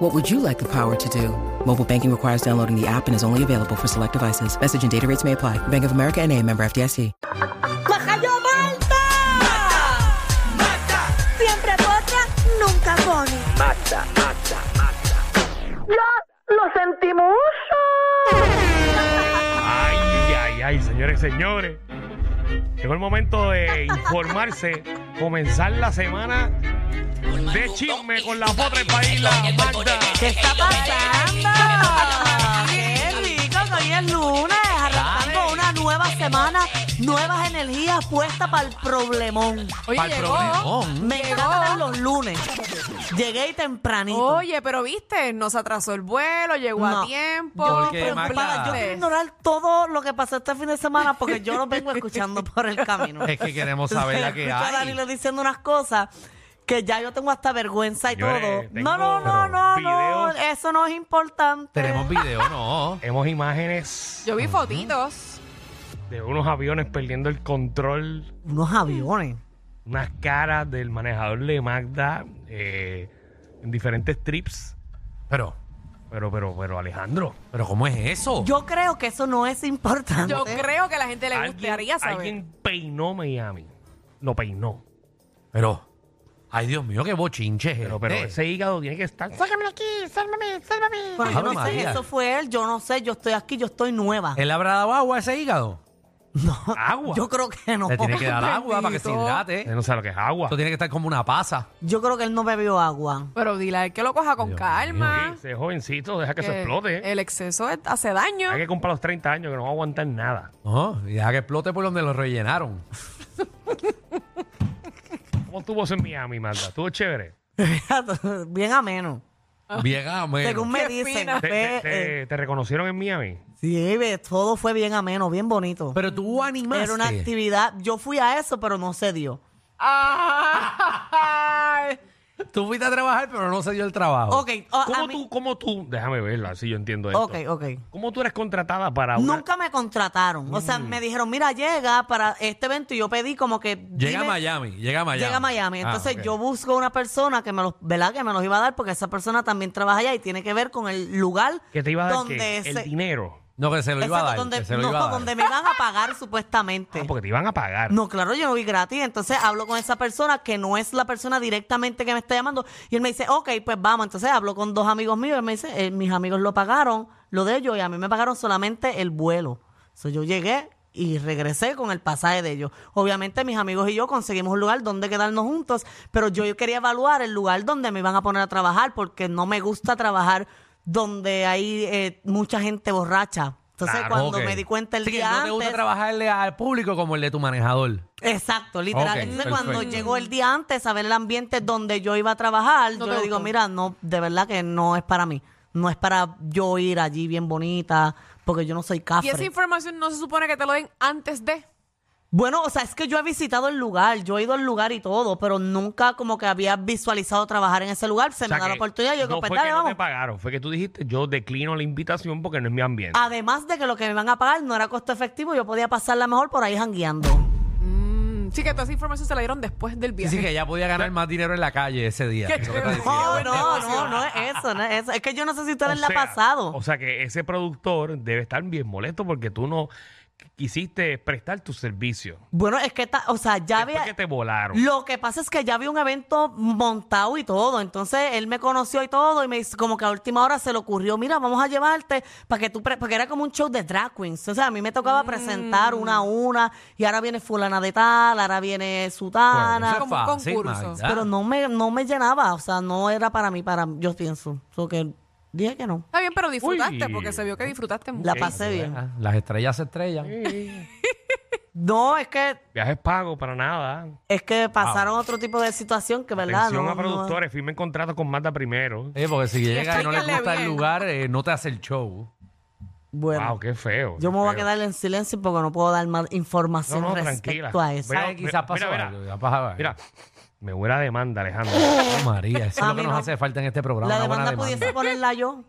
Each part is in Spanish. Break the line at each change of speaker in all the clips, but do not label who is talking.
What would you like the power to do? Mobile banking requires downloading the app and is only available for select devices. Message and data rates may apply. Bank of America and a member FDIC.
¡Majayo Malta! Siempre potra, nunca pone.
Lo sentimos.
Ay, ay, ay, señores, señores. Llegó el momento de informarse, comenzar la semana de chisme con la potra del país, la Magda.
¿Qué está pasando? ¡Qué rico! que Hoy es lunes, arrancando una nueva semana, nuevas energías puestas para el problemón.
Oye, llegó.
Me encantan los lunes. Llegué tempranito.
Oye, pero viste, nos atrasó el vuelo, llegó
No.
a tiempo.
Yo,
Porque,
pero
Magda-
para- yo quiero ignorar todo lo que pasó este fin de semana porque yo lo vengo escuchando por el camino.
Es que queremos saber la que
Escucho a
hay.
Danilo diciendo unas cosas que ya yo tengo hasta vergüenza y
eh,
Señores,
todo.
tengo
No, no, no, no, no.
videos.
Eso no es importante.
Tenemos video, no.
Tenemos imágenes
Yo vi fotitos.
de unos aviones perdiendo el control,
unos aviones.
unas caras del manejador de Magda eh, en diferentes trips.
Pero,
Pero, pero, pero, Alejandro.
pero ¿cómo es eso?
Yo creo que eso no es importante.
Yo creo que a la gente le gustaría saber.
alguien peinó Miami. Lo peinó.
Pero, ay Dios mío, qué bochinche es
Pero, pero
este.
ese hígado tiene que estar.
Bueno, yo no
Ave
sé si
María.
eso fue él, yo no sé, yo estoy aquí, yo estoy nueva.
¿Él habrá dado agua a ese hígado?
Agua.
Yo creo que no.
Le tiene que dar agua para que se
Bendito.
Usted
hidrate.
no sabe lo que es agua.
Esto tiene que estar como una pasa.
Yo creo que él no bebió agua.
Pero dile a él que lo coja con
Dios
calma.
Sí, ese jovencito, deja que, se explote. eh.
El exceso es- hace daño.
Hay que comprar los 30 años que no va a aguantar nada.
No, y deja que explote por donde lo rellenaron.
¿Cómo estuvo eso en Miami, Magda? ¿Estuvo chévere?
Bien ameno.
Bien ameno.
Según me
Qué
dicen.
fina.
¿Te,
fue,
te- te- te reconocieron en Miami?
eh, sí, ve, todo fue bien ameno, bien bonito.
Pero tú animaste.
Era una actividad. Yo fui a eso, pero no se dio.
Ay.
Tú fuiste a trabajar, pero no se dio el trabajo.
Ok, oh, a- a
¿Cómo
mí-
tú, cómo tú? Déjame verla, si yo entiendo esto.
ok, ok.
¿Cómo tú eres contratada para una-
Nunca me contrataron. O sea, me dijeron, mira, llega para este evento y yo pedí como que...
Llega a
dime-
Miami, llega a Miami.
Llega a Miami.
Ah,
Entonces
ok.
yo busco una persona que me los, ¿verdad? Que me los iba a dar porque esa persona también trabaja allá y tiene que ver con el lugar
que te iba a dar
donde
qué?
ese-
el dinero?
No, que se lo iba a
Exacto,
dar.
donde,
que se lo
no,
iba a dar.
donde me van a pagar supuestamente.
Ah, porque te iban a pagar.
No, claro, yo no vi gratis. Entonces hablo con esa persona que no es la persona directamente que me está llamando. Y él me dice, ok, pues vamos. Entonces hablo con dos amigos míos. Él me dice, eh, mis amigos lo pagaron, lo de ellos, y a mí me pagaron solamente el vuelo. Entonces yo llegué y regresé con el pasaje de ellos. Obviamente mis amigos y yo conseguimos un lugar donde quedarnos juntos, pero yo quería evaluar el lugar donde me iban a poner a trabajar porque no me gusta trabajar donde hay eh, mucha gente borracha. Entonces
Claro,
cuando
Ok.
me di cuenta el
Sí, que
día
no te gusta
antes-
trabajarle al público como el de tu manejador.
Exacto, literal.
Ok,
Entonces,
perfecto.
cuando llegó el día antes a ver el ambiente donde yo iba a trabajar,
No
yo
te
le digo,
gustó.
mira, no, de verdad que no es para mí. No es para yo ir allí bien bonita, porque yo no soy
Y esa
cafre.
información no se supone que te lo den antes de.
Bueno, o sea, es que yo he visitado el lugar, yo he ido al lugar y todo, pero nunca como que había visualizado trabajar en ese lugar. Se
O sea,
me da la
que
oportunidad, yo digo,
no
pues
fue
dale,
que no
vamos.
te pagaron, fue que tú dijiste, yo declino la invitación porque no es mi ambiente.
Además de que lo que me van a pagar no era costo efectivo, yo podía pasarla mejor por ahí jangueando.
Mm, Sí, que toda esa información se la dieron después del viaje.
Dice que ella podía ganar más dinero en la calle ese día.
Qué
es lo que está
chévere.
diciendo.
No,
buen
no,
negocio.
no, no es eso, no es eso. Es que yo no sé si
O
ustedes la ha
sea-
pasado.
O sea que ese productor debe estar bien molesto porque tú no quisiste prestar tu servicio.
Bueno, es que, ta- o sea, ya
Después
había...
que te volaron.
Lo que pasa es que ya había un evento montado y todo. Entonces él me conoció y todo. Y me hizo- como que a última hora se le ocurrió: Mira, vamos a llevarte para que tú. pre- Porque era como un show de drag queens. O sea, a mí me tocaba presentar una a una. Y ahora viene Fulana de Tal, ahora viene
Bueno,
Sutana.
eso
Como un concurso.
Magda.
pero no me, no me llenaba. O sea, no era para mí, para yo pienso. So que dije que no.
Está bien, pero disfrutaste
Uy.
porque se vio que disfrutaste mucho.
La pasé bien.
Ah, Las estrellas se estrellan.
No, es que.
Viajes pagos para nada.
Es que pasaron otro tipo de situación que, ¿verdad?
Atención
No,
a
no-
productores, firmen contrato con Magda primero.
Eh, porque si llega y no le
Explícale
gusta el
bien.
lugar, eh, no te hace el show.
Bueno,
wow, qué feo.
yo
qué
me voy a
feo.
quedar en silencio porque no puedo dar más información
No, no,
respecto
tranquila.
a eso.
Veo-
¿Sabes?
mira,
Quizás pasó
mira, mira.
algo, ya pasaba.
Mira, me huele a demanda, Alejandro.
Oh, María, eso es
A
lo
mí
que nos
no.
hace falta en este programa.
la
una buena
demanda
demanda.
pudiese ponerla yo.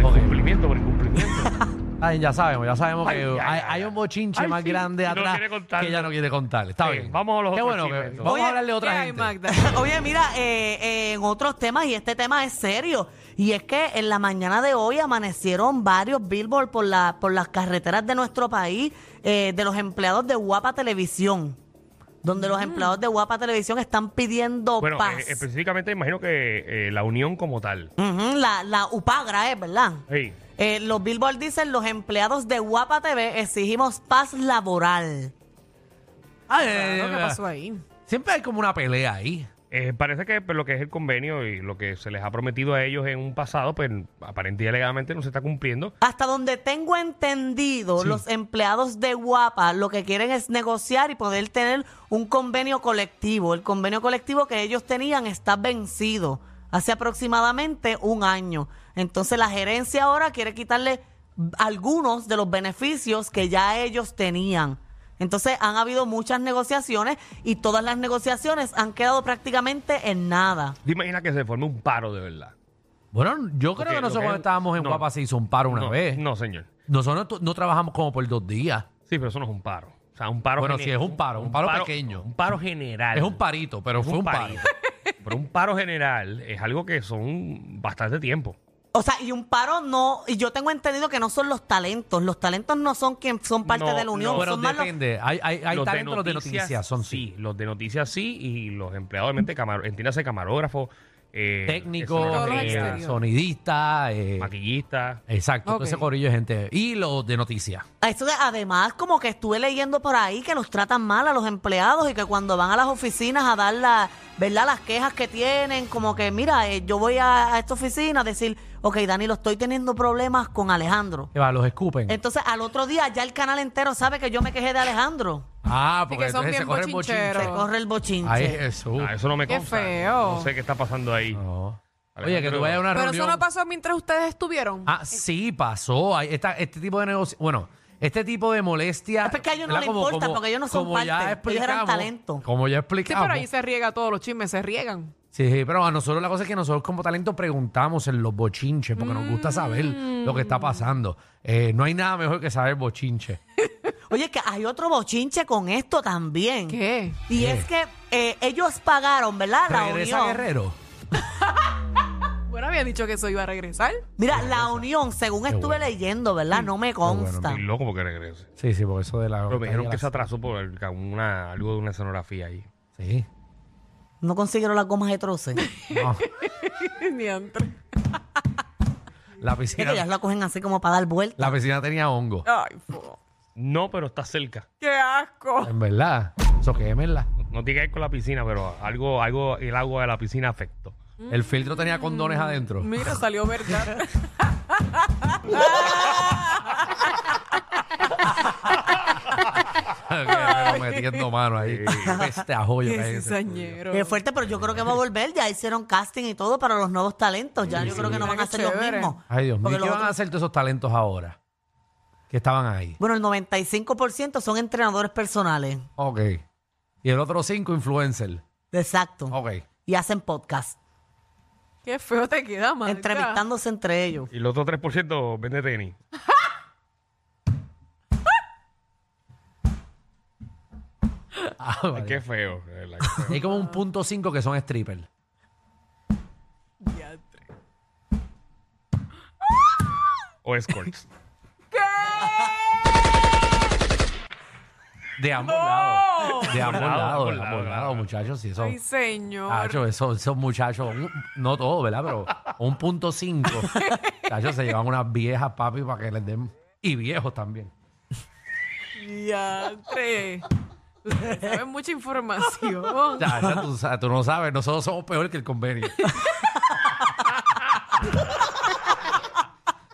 Por
Ok.
incumplimiento, por incumplimiento.
Ay, ya sabemos, ya sabemos
Ay,
que
ay,
hay,
ay,
hay
ay.
un bochinche
Ay,
más
sí,
grande
y no
atrás
quiere contarlo.
que ella no quiere contarle. Está
Sí,
bien.
vamos a los
Qué
otros
bueno, que-
chismes,
vamos
Oye,
a hablarle de
¿Qué
otra
hay,
gente.
Magda?
Oye, mira, eh, eh, en otros temas, y este tema es serio, y es que en la mañana de hoy amanecieron varios billboards por, la, por las carreteras de nuestro país eh, de los empleados de Guapa Televisión, donde
Mm.
los empleados de Guapa Televisión están pidiendo
bueno,
paz.
eh, específicamente imagino que eh, la unión como tal.
Ujú, la, la UPAGRA es, ¿verdad?
Sí.
Eh, los billboards dicen, los empleados de Guapa TV exigimos paz laboral.
Ay,
Claro, ¿Qué
eh,
pasó ahí?
Siempre hay como una pelea ahí.
Eh, parece que pues, lo que es el convenio y lo que se les ha prometido a ellos en un pasado, pues aparentemente y alegadamente no se está cumpliendo.
Hasta donde tengo entendido,
Sí.
los empleados de Guapa lo que quieren es negociar y poder tener un convenio colectivo. El convenio colectivo que ellos tenían está vencido hace aproximadamente un año. Entonces la gerencia ahora quiere quitarle algunos de los beneficios que ya ellos tenían. Entonces han habido muchas negociaciones y todas las negociaciones han quedado prácticamente en nada.
¿Te imaginas que se forme un paro de verdad?
Bueno, yo creo
Porque
que
lo
nosotros
que-
cuando estábamos en
no.
Guapa se hizo un paro una
no,
vez.
No, señor.
Nosotros no, no trabajamos como por dos días.
Sí, pero eso no es un paro. O sea, un paro
Bueno,
gene-
sí, es un paro, un paro pequeño.
Un paro general.
Es un parito, pero
Es
fue un paro.
parito. pero un paro general es algo que son bastante tiempo.
O sea, y un paro no, y yo tengo entendido que no son los talentos, los talentos no son quien son parte
No,
de la unión,
no,
Bueno,
son más los-
depende. Hay, hay, hay
Los de
talentos los de noticias, son sí.
Los de noticias sí y los empleados, obviamente, camar- entiéndase camarógrafo, eh,
Técnicos,
Todos los
escenografía,
exteriores. exterior.
sonidistas. eh,
maquillista.
exacto, todo
Ok.
ese corillo de gente. Y los de noticias.
A Eso de- además, como que estuve leyendo por ahí que los tratan mal a los empleados y que cuando van a las oficinas a dar la, ¿verdad? las quejas que tienen, como que, mira, eh, yo voy a, a esta oficina a decir, ok, Danilo, estoy teniendo problemas con Alejandro.
Que va, los escupen.
Entonces, al otro día ya el canal entero sabe que yo me quejé de Alejandro.
ah,
Sí,
porque
que son
entonces se
bien
corre el bochinche.
bochincheros.
Se corre el bochinche.
Ay, Jesús.
Ah, eso no me
Qué
consta.
feo.
No sé qué está pasando ahí.
No. Oye,
Alejandro,
que tú vayas a una
Pero
reunión.
eso no pasó mientras ustedes estuvieron.
Ah, sí, pasó. Hay esta- este tipo de negocio. Bueno, este tipo de molestia.
Es que a ellos no
¿verdad?
les importa, porque ellos no son
como ya
parte. Ellos eran
explicamos-
talento.
Como
sí,
ya explicamos.
pero ahí se riega todos los chismes, se riegan.
Sí, sí, pero a nosotros la cosa es que nosotros como talento preguntamos en los bochinches porque nos gusta saber lo que está
Mm.
pasando. Eh, no hay nada mejor que saber bochinche.
Oye, que hay otro bochinche con esto también.
¿Qué?
Y
¿Qué?
es que eh, ellos pagaron, ¿verdad? La
Regresa
unión.
Guerrero.
Bueno, había dicho que eso iba a regresar.
Mira, la unión, según estuve
bueno.
leyendo, ¿verdad? No me
bueno,
consta.
Estoy loco porque regrese.
Sí, sí, porque eso de la...
Pero me dijeron
la-
que se atrasó por el- una, algo de una escenografía ahí.
Sí.
No consiguieron las gomas de troce.
No,
Ni antes.
la
Es que ellas
piscina,
la cogen así como para dar vuelta.
la piscina tenía hongo.
Ay, fo.
No, pero está cerca.
qué asco.
En verdad. Eso quémenla.
No, no tiene que ver con la piscina, pero algo, algo, el agua de la piscina afectó.
El filtro tenía condones
Mm.
adentro.
Mira, salió verdad.
Guerrero metiendo mano ahí. Este ajoyo que hay en
Qué
ese estudio.
cizañero.
Es fuerte, pero yo creo que va a volver. Ya hicieron casting y todo para los nuevos talentos. Ya yo creo que no
Mira
van a
qué
ser los
chévere.
mismos.
Ay, Dios mío.
Porque
¿Qué
los
van a
otros-
hacer todos esos talentos ahora? Que estaban ahí.
Bueno, el 95% son entrenadores personales.
Ok. Y el otro cinco, influencer.
Exacto.
Oh.
Ok.
Y hacen podcast,
Qué feo te queda, Magda.
entrevistándose entre ellos.
Y el otro 3% vende tenis.
Ah,
Ay,
vale.
qué feo. de verdad, qué feo.
Hay como un punto cinco que son strippers.
Diantre.
o escorts.
De ambos lados. De ambos
Por lado,
lados,
por
de
lado,
ambos lados,
claro.
muchachos. Sí, son.
Ay, señor.
Tacho, esos, esos muchachos, un- no todos, ¿verdad? Pero un punto cinco. Tacho, se llevan unas viejas, papi, para que les den. Y viejos también.
Diantre. Ustedes saben mucha información.
Ya, ya tú, sa- tú no sabes, nosotros somos peor que el convenio.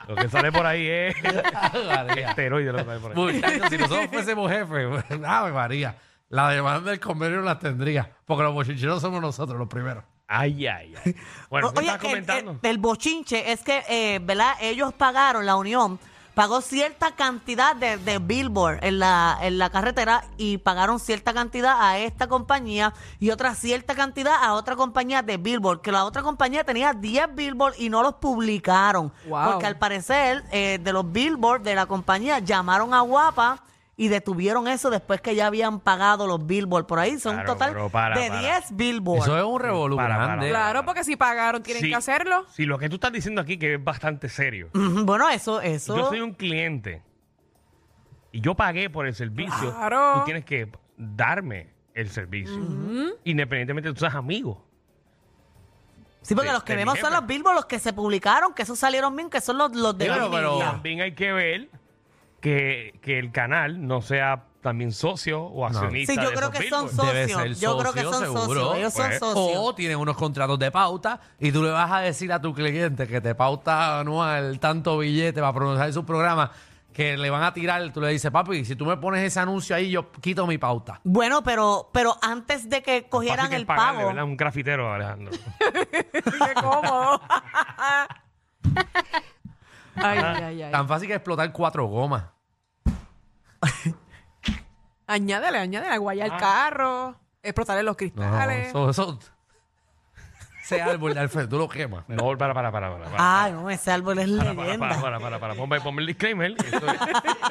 Lo que sale por ahí es
María.
esteroide. Lo que sale por ahí.
Muchachos, si nosotros fuésemos jefes, ave María, la demanda del convenio las tendría. Porque los bochincheros somos nosotros los primeros.
Ay, ay, ay. Bueno,
O-
tú
oye,
estás
que el,
comentando.
el- el bochinche es que, eh, ¿verdad? Ellos pagaron, la Unión pagó cierta cantidad de, de billboard en la, en la carretera y pagaron cierta cantidad a esta compañía y otra cierta cantidad a otra compañía de billboard, que la otra compañía tenía 10 billboard y no los publicaron.
Wow.
Porque al parecer eh, de los billboard de la compañía llamaron a Guapa. Y detuvieron eso después que ya habían pagado los billboard por ahí. Son
Claro,
un total
pero para,
de
para.
10 billboard.
Eso es un revolú
Para, para,
grande.
para.
Claro, porque si pagaron, tienen
Sí,
que hacerlo.
Sí, lo que tú estás diciendo aquí que es bastante serio.
Ujú, Bueno, eso, eso.
Yo soy un cliente y yo pagué por el servicio.
Claro.
Tú tienes que darme el servicio. Independientemente de tus amigos.
Sí, porque
de-
los que
de mi
vemos son
jefe.
los Billboard, los que se publicaron, que esos salieron bien, que son los, los de
Claro,
hoy
pero-
día.
También hay que ver que, que el canal no sea también socio o accionista.
Sí, yo
de
creo
esos
que son
billboards.
Debe
socios.
ser
Yo creo que
socio,
son
seguro.
socios. Ellos
Pues,
son socios.
O tienen unos contratos de pauta y tú le vas a decir a tu cliente que te pauta anual tanto billete para pronunciar su programa que le van a tirar, tú le dices, papi, si tú me pones ese anuncio ahí, yo quito mi pauta.
Bueno, pero, pero antes de que
Fácil
cogieran
que
el
pagarle,
pago.
¿verdad? Un grafitero, Alejandro.
Qué cómodo. ay,
Ah,
ay, ay.
Tan fácil que explotar cuatro gomas.
Añádele, añádele, aguayar el carro, explotarle los
Ah. No,
cristales.
eso, eso- Ese árbol de Alfredo, tú lo quemas.
No, para, para, para, para. para.
Ah, no, ese árbol es
Para, para, para,
leyenda.
para, para, para. Ponme, ponme el disclaimer. Eso es,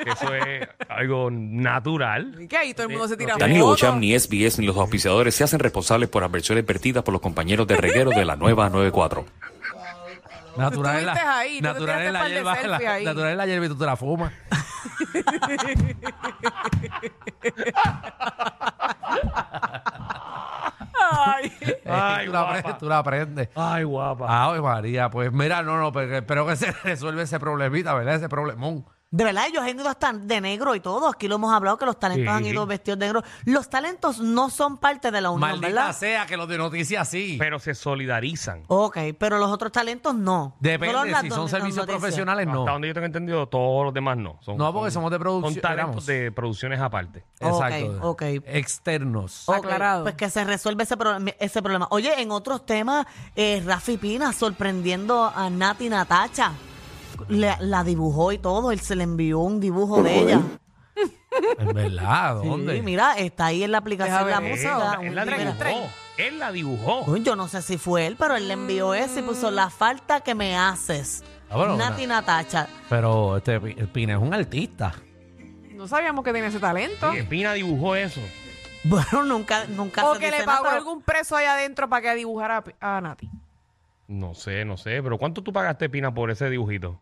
que eso es algo natural.
¿Y qué? Ahí todo el mundo se tira
Daniel
fotos.
Bocham, ni SBS, ni los auspiciadores se hacen responsables por adversiones vertidas por los compañeros de reguero de la nueva 94.
Natural es
Tú estuviste
la,
ahí, tú te tiraste
natural
un
es la
par de
hierba,
selfies
la-
ahí.
natural es la hierba y tú te la fumas.
Ay.
Ay,
tú, la
guapa.
aprendes, tú la aprendes.
Ay, guapa.
Ay, María, pues mira, no, no, pero espero que se resuelva ese problemita, ¿verdad? Ese problemón.
De verdad, ellos han ido hasta de negro y todo. Aquí lo hemos hablado que los talentos
Sí.
han ido vestidos de negro. Los talentos no son parte de la unión,
Maldita
¿verdad?
sea que los de noticias sí.
Pero se solidarizan.
Ok, pero los otros talentos no. Solo
Depende,
las
si
do-
son
las
servicios
noticias.
profesionales, no.
Hasta donde yo tengo entendido, todos los demás no. Son-
No, porque
son-
somos de producción,
Son talentos
éramos.
de producciones aparte.
Exacto.
Ok, ok.
Externos.
Ok,
Aclarado.
Pues que se resuelve ese, pro- ese problema. Oye, en otros temas, eh, Rafi Pina sorprendiendo a Nati Natacha. Le- la dibujó y todo, él se le envió un dibujo de ella.
En verdad, ¿dónde?
Sí, mira, está ahí en la aplicación la
Deja ver.
música.
él
un
la
tren,
dibujó.
tren.
Él la dibujó.
Uy, Yo no sé si fue él, pero él le envió eso y puso la falta que me haces.
Ah, bueno,
Nati Natacha.
Pero este Pi- el Pina es un artista.
No sabíamos que tenía ese talento.
Y Espina dibujó eso.
Bueno, nunca, nunca
O
se
que le
dice nada,
pagó
pero-
algún preso ahí adentro para que dibujara a Pi- a, Nati.
No sé, no sé. Pero ¿cuánto tú pagaste, Espina, por ese dibujito?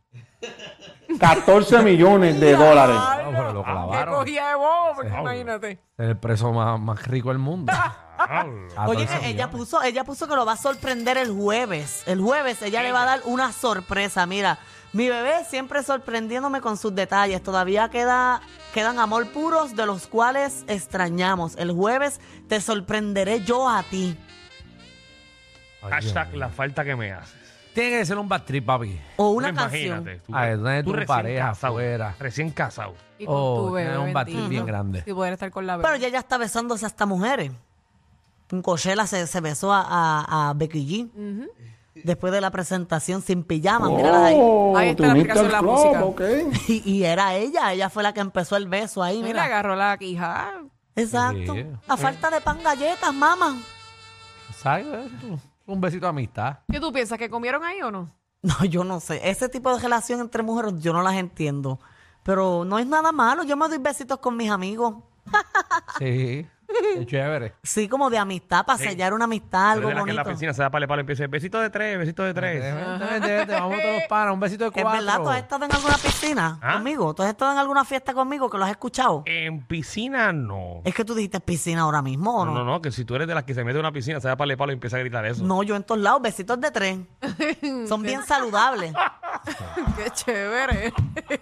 14 millones de dólares.
Ah, pero lo
Que
clavaron.
cogía de bobo, porque imagínate.
El preso más, más rico del mundo.
Ah,
Ah,
Oye,
14
que ella
millones.
puso, ella puso que lo va a sorprender el jueves. El jueves ella le va a dar una sorpresa. Mira, mi bebé siempre sorprendiéndome con sus detalles. Todavía queda, quedan amor puros de los cuales extrañamos. El jueves te sorprenderé yo a ti.
Ay,
Hashtag
Dios mío.
la falta que me haces.
Tiene que ser un bad trip, papi.
O una
Pero
canción.
Imagínate. Tú,
Ay, tener
tú
tu
recién
pareja
casado,
afuera.
Recién casado.
Y con
Oh,
tu bebé
tiene un batriz
bendito.
bien grande.
Y poder estar con la bebé.
Pero ella ya está besándose hasta mujeres. En Coachella se, se besó a, a- a Becky G. Después de la presentación sin pijama. Mírala ahí.
Ahí
te
está
uniste
la aplicación
al
la
club,
música.
ok.
Y, y era ella, ella fue la que empezó el beso ahí,
Mira,
mira.
agarró la quija.
Exacto.
Sí.
A falta de pan galletas, mamá.
¿Sabes? Un besito de amistad.
¿Qué tú piensas? ¿Que comieron ahí o no?
No, yo no sé. Ese tipo de relación entre mujeres yo no las entiendo. Pero no es nada malo. Yo me doy besitos con mis amigos.
Sí. Es chévere.
Sí, como de amistad, para sellar una amistad,
Pero
algo
de la que en la
bonito.
piscina se da palo y palo empieza. Besito de tres, besito de tres.
Vente, vente, vente, vamos todos los panas, un besito de
Es
cuatro.
verdad, tú has estado en alguna piscina
¿Ah? Eh.
conmigo. Tú has estado en alguna fiesta conmigo que lo has escuchado.
En piscina no.
Es que tú dijiste piscina ahora mismo, ¿o
No,
no?
no, no, que si tú eres de las que se mete en una piscina, se da palo y palo y empieza a gritar eso.
No, yo en todos lados, besitos de tres. Son bien saludables.
Qué chévere.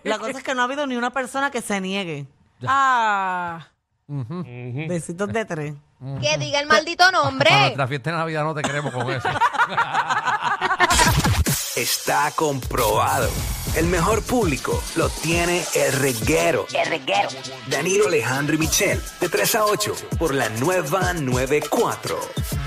La cosa es que no ha habido ni una persona que se niegue.
ah.
Ujú.
Besitos de tres.
Que diga el maldito nombre.
Para nuestra fiesta de Navidad no te queremos con eso.
Está comprobado. El mejor público lo tiene el reguero. El reguero. Danilo Alejandro y Michel, de 3 a 8, por la nueva 94.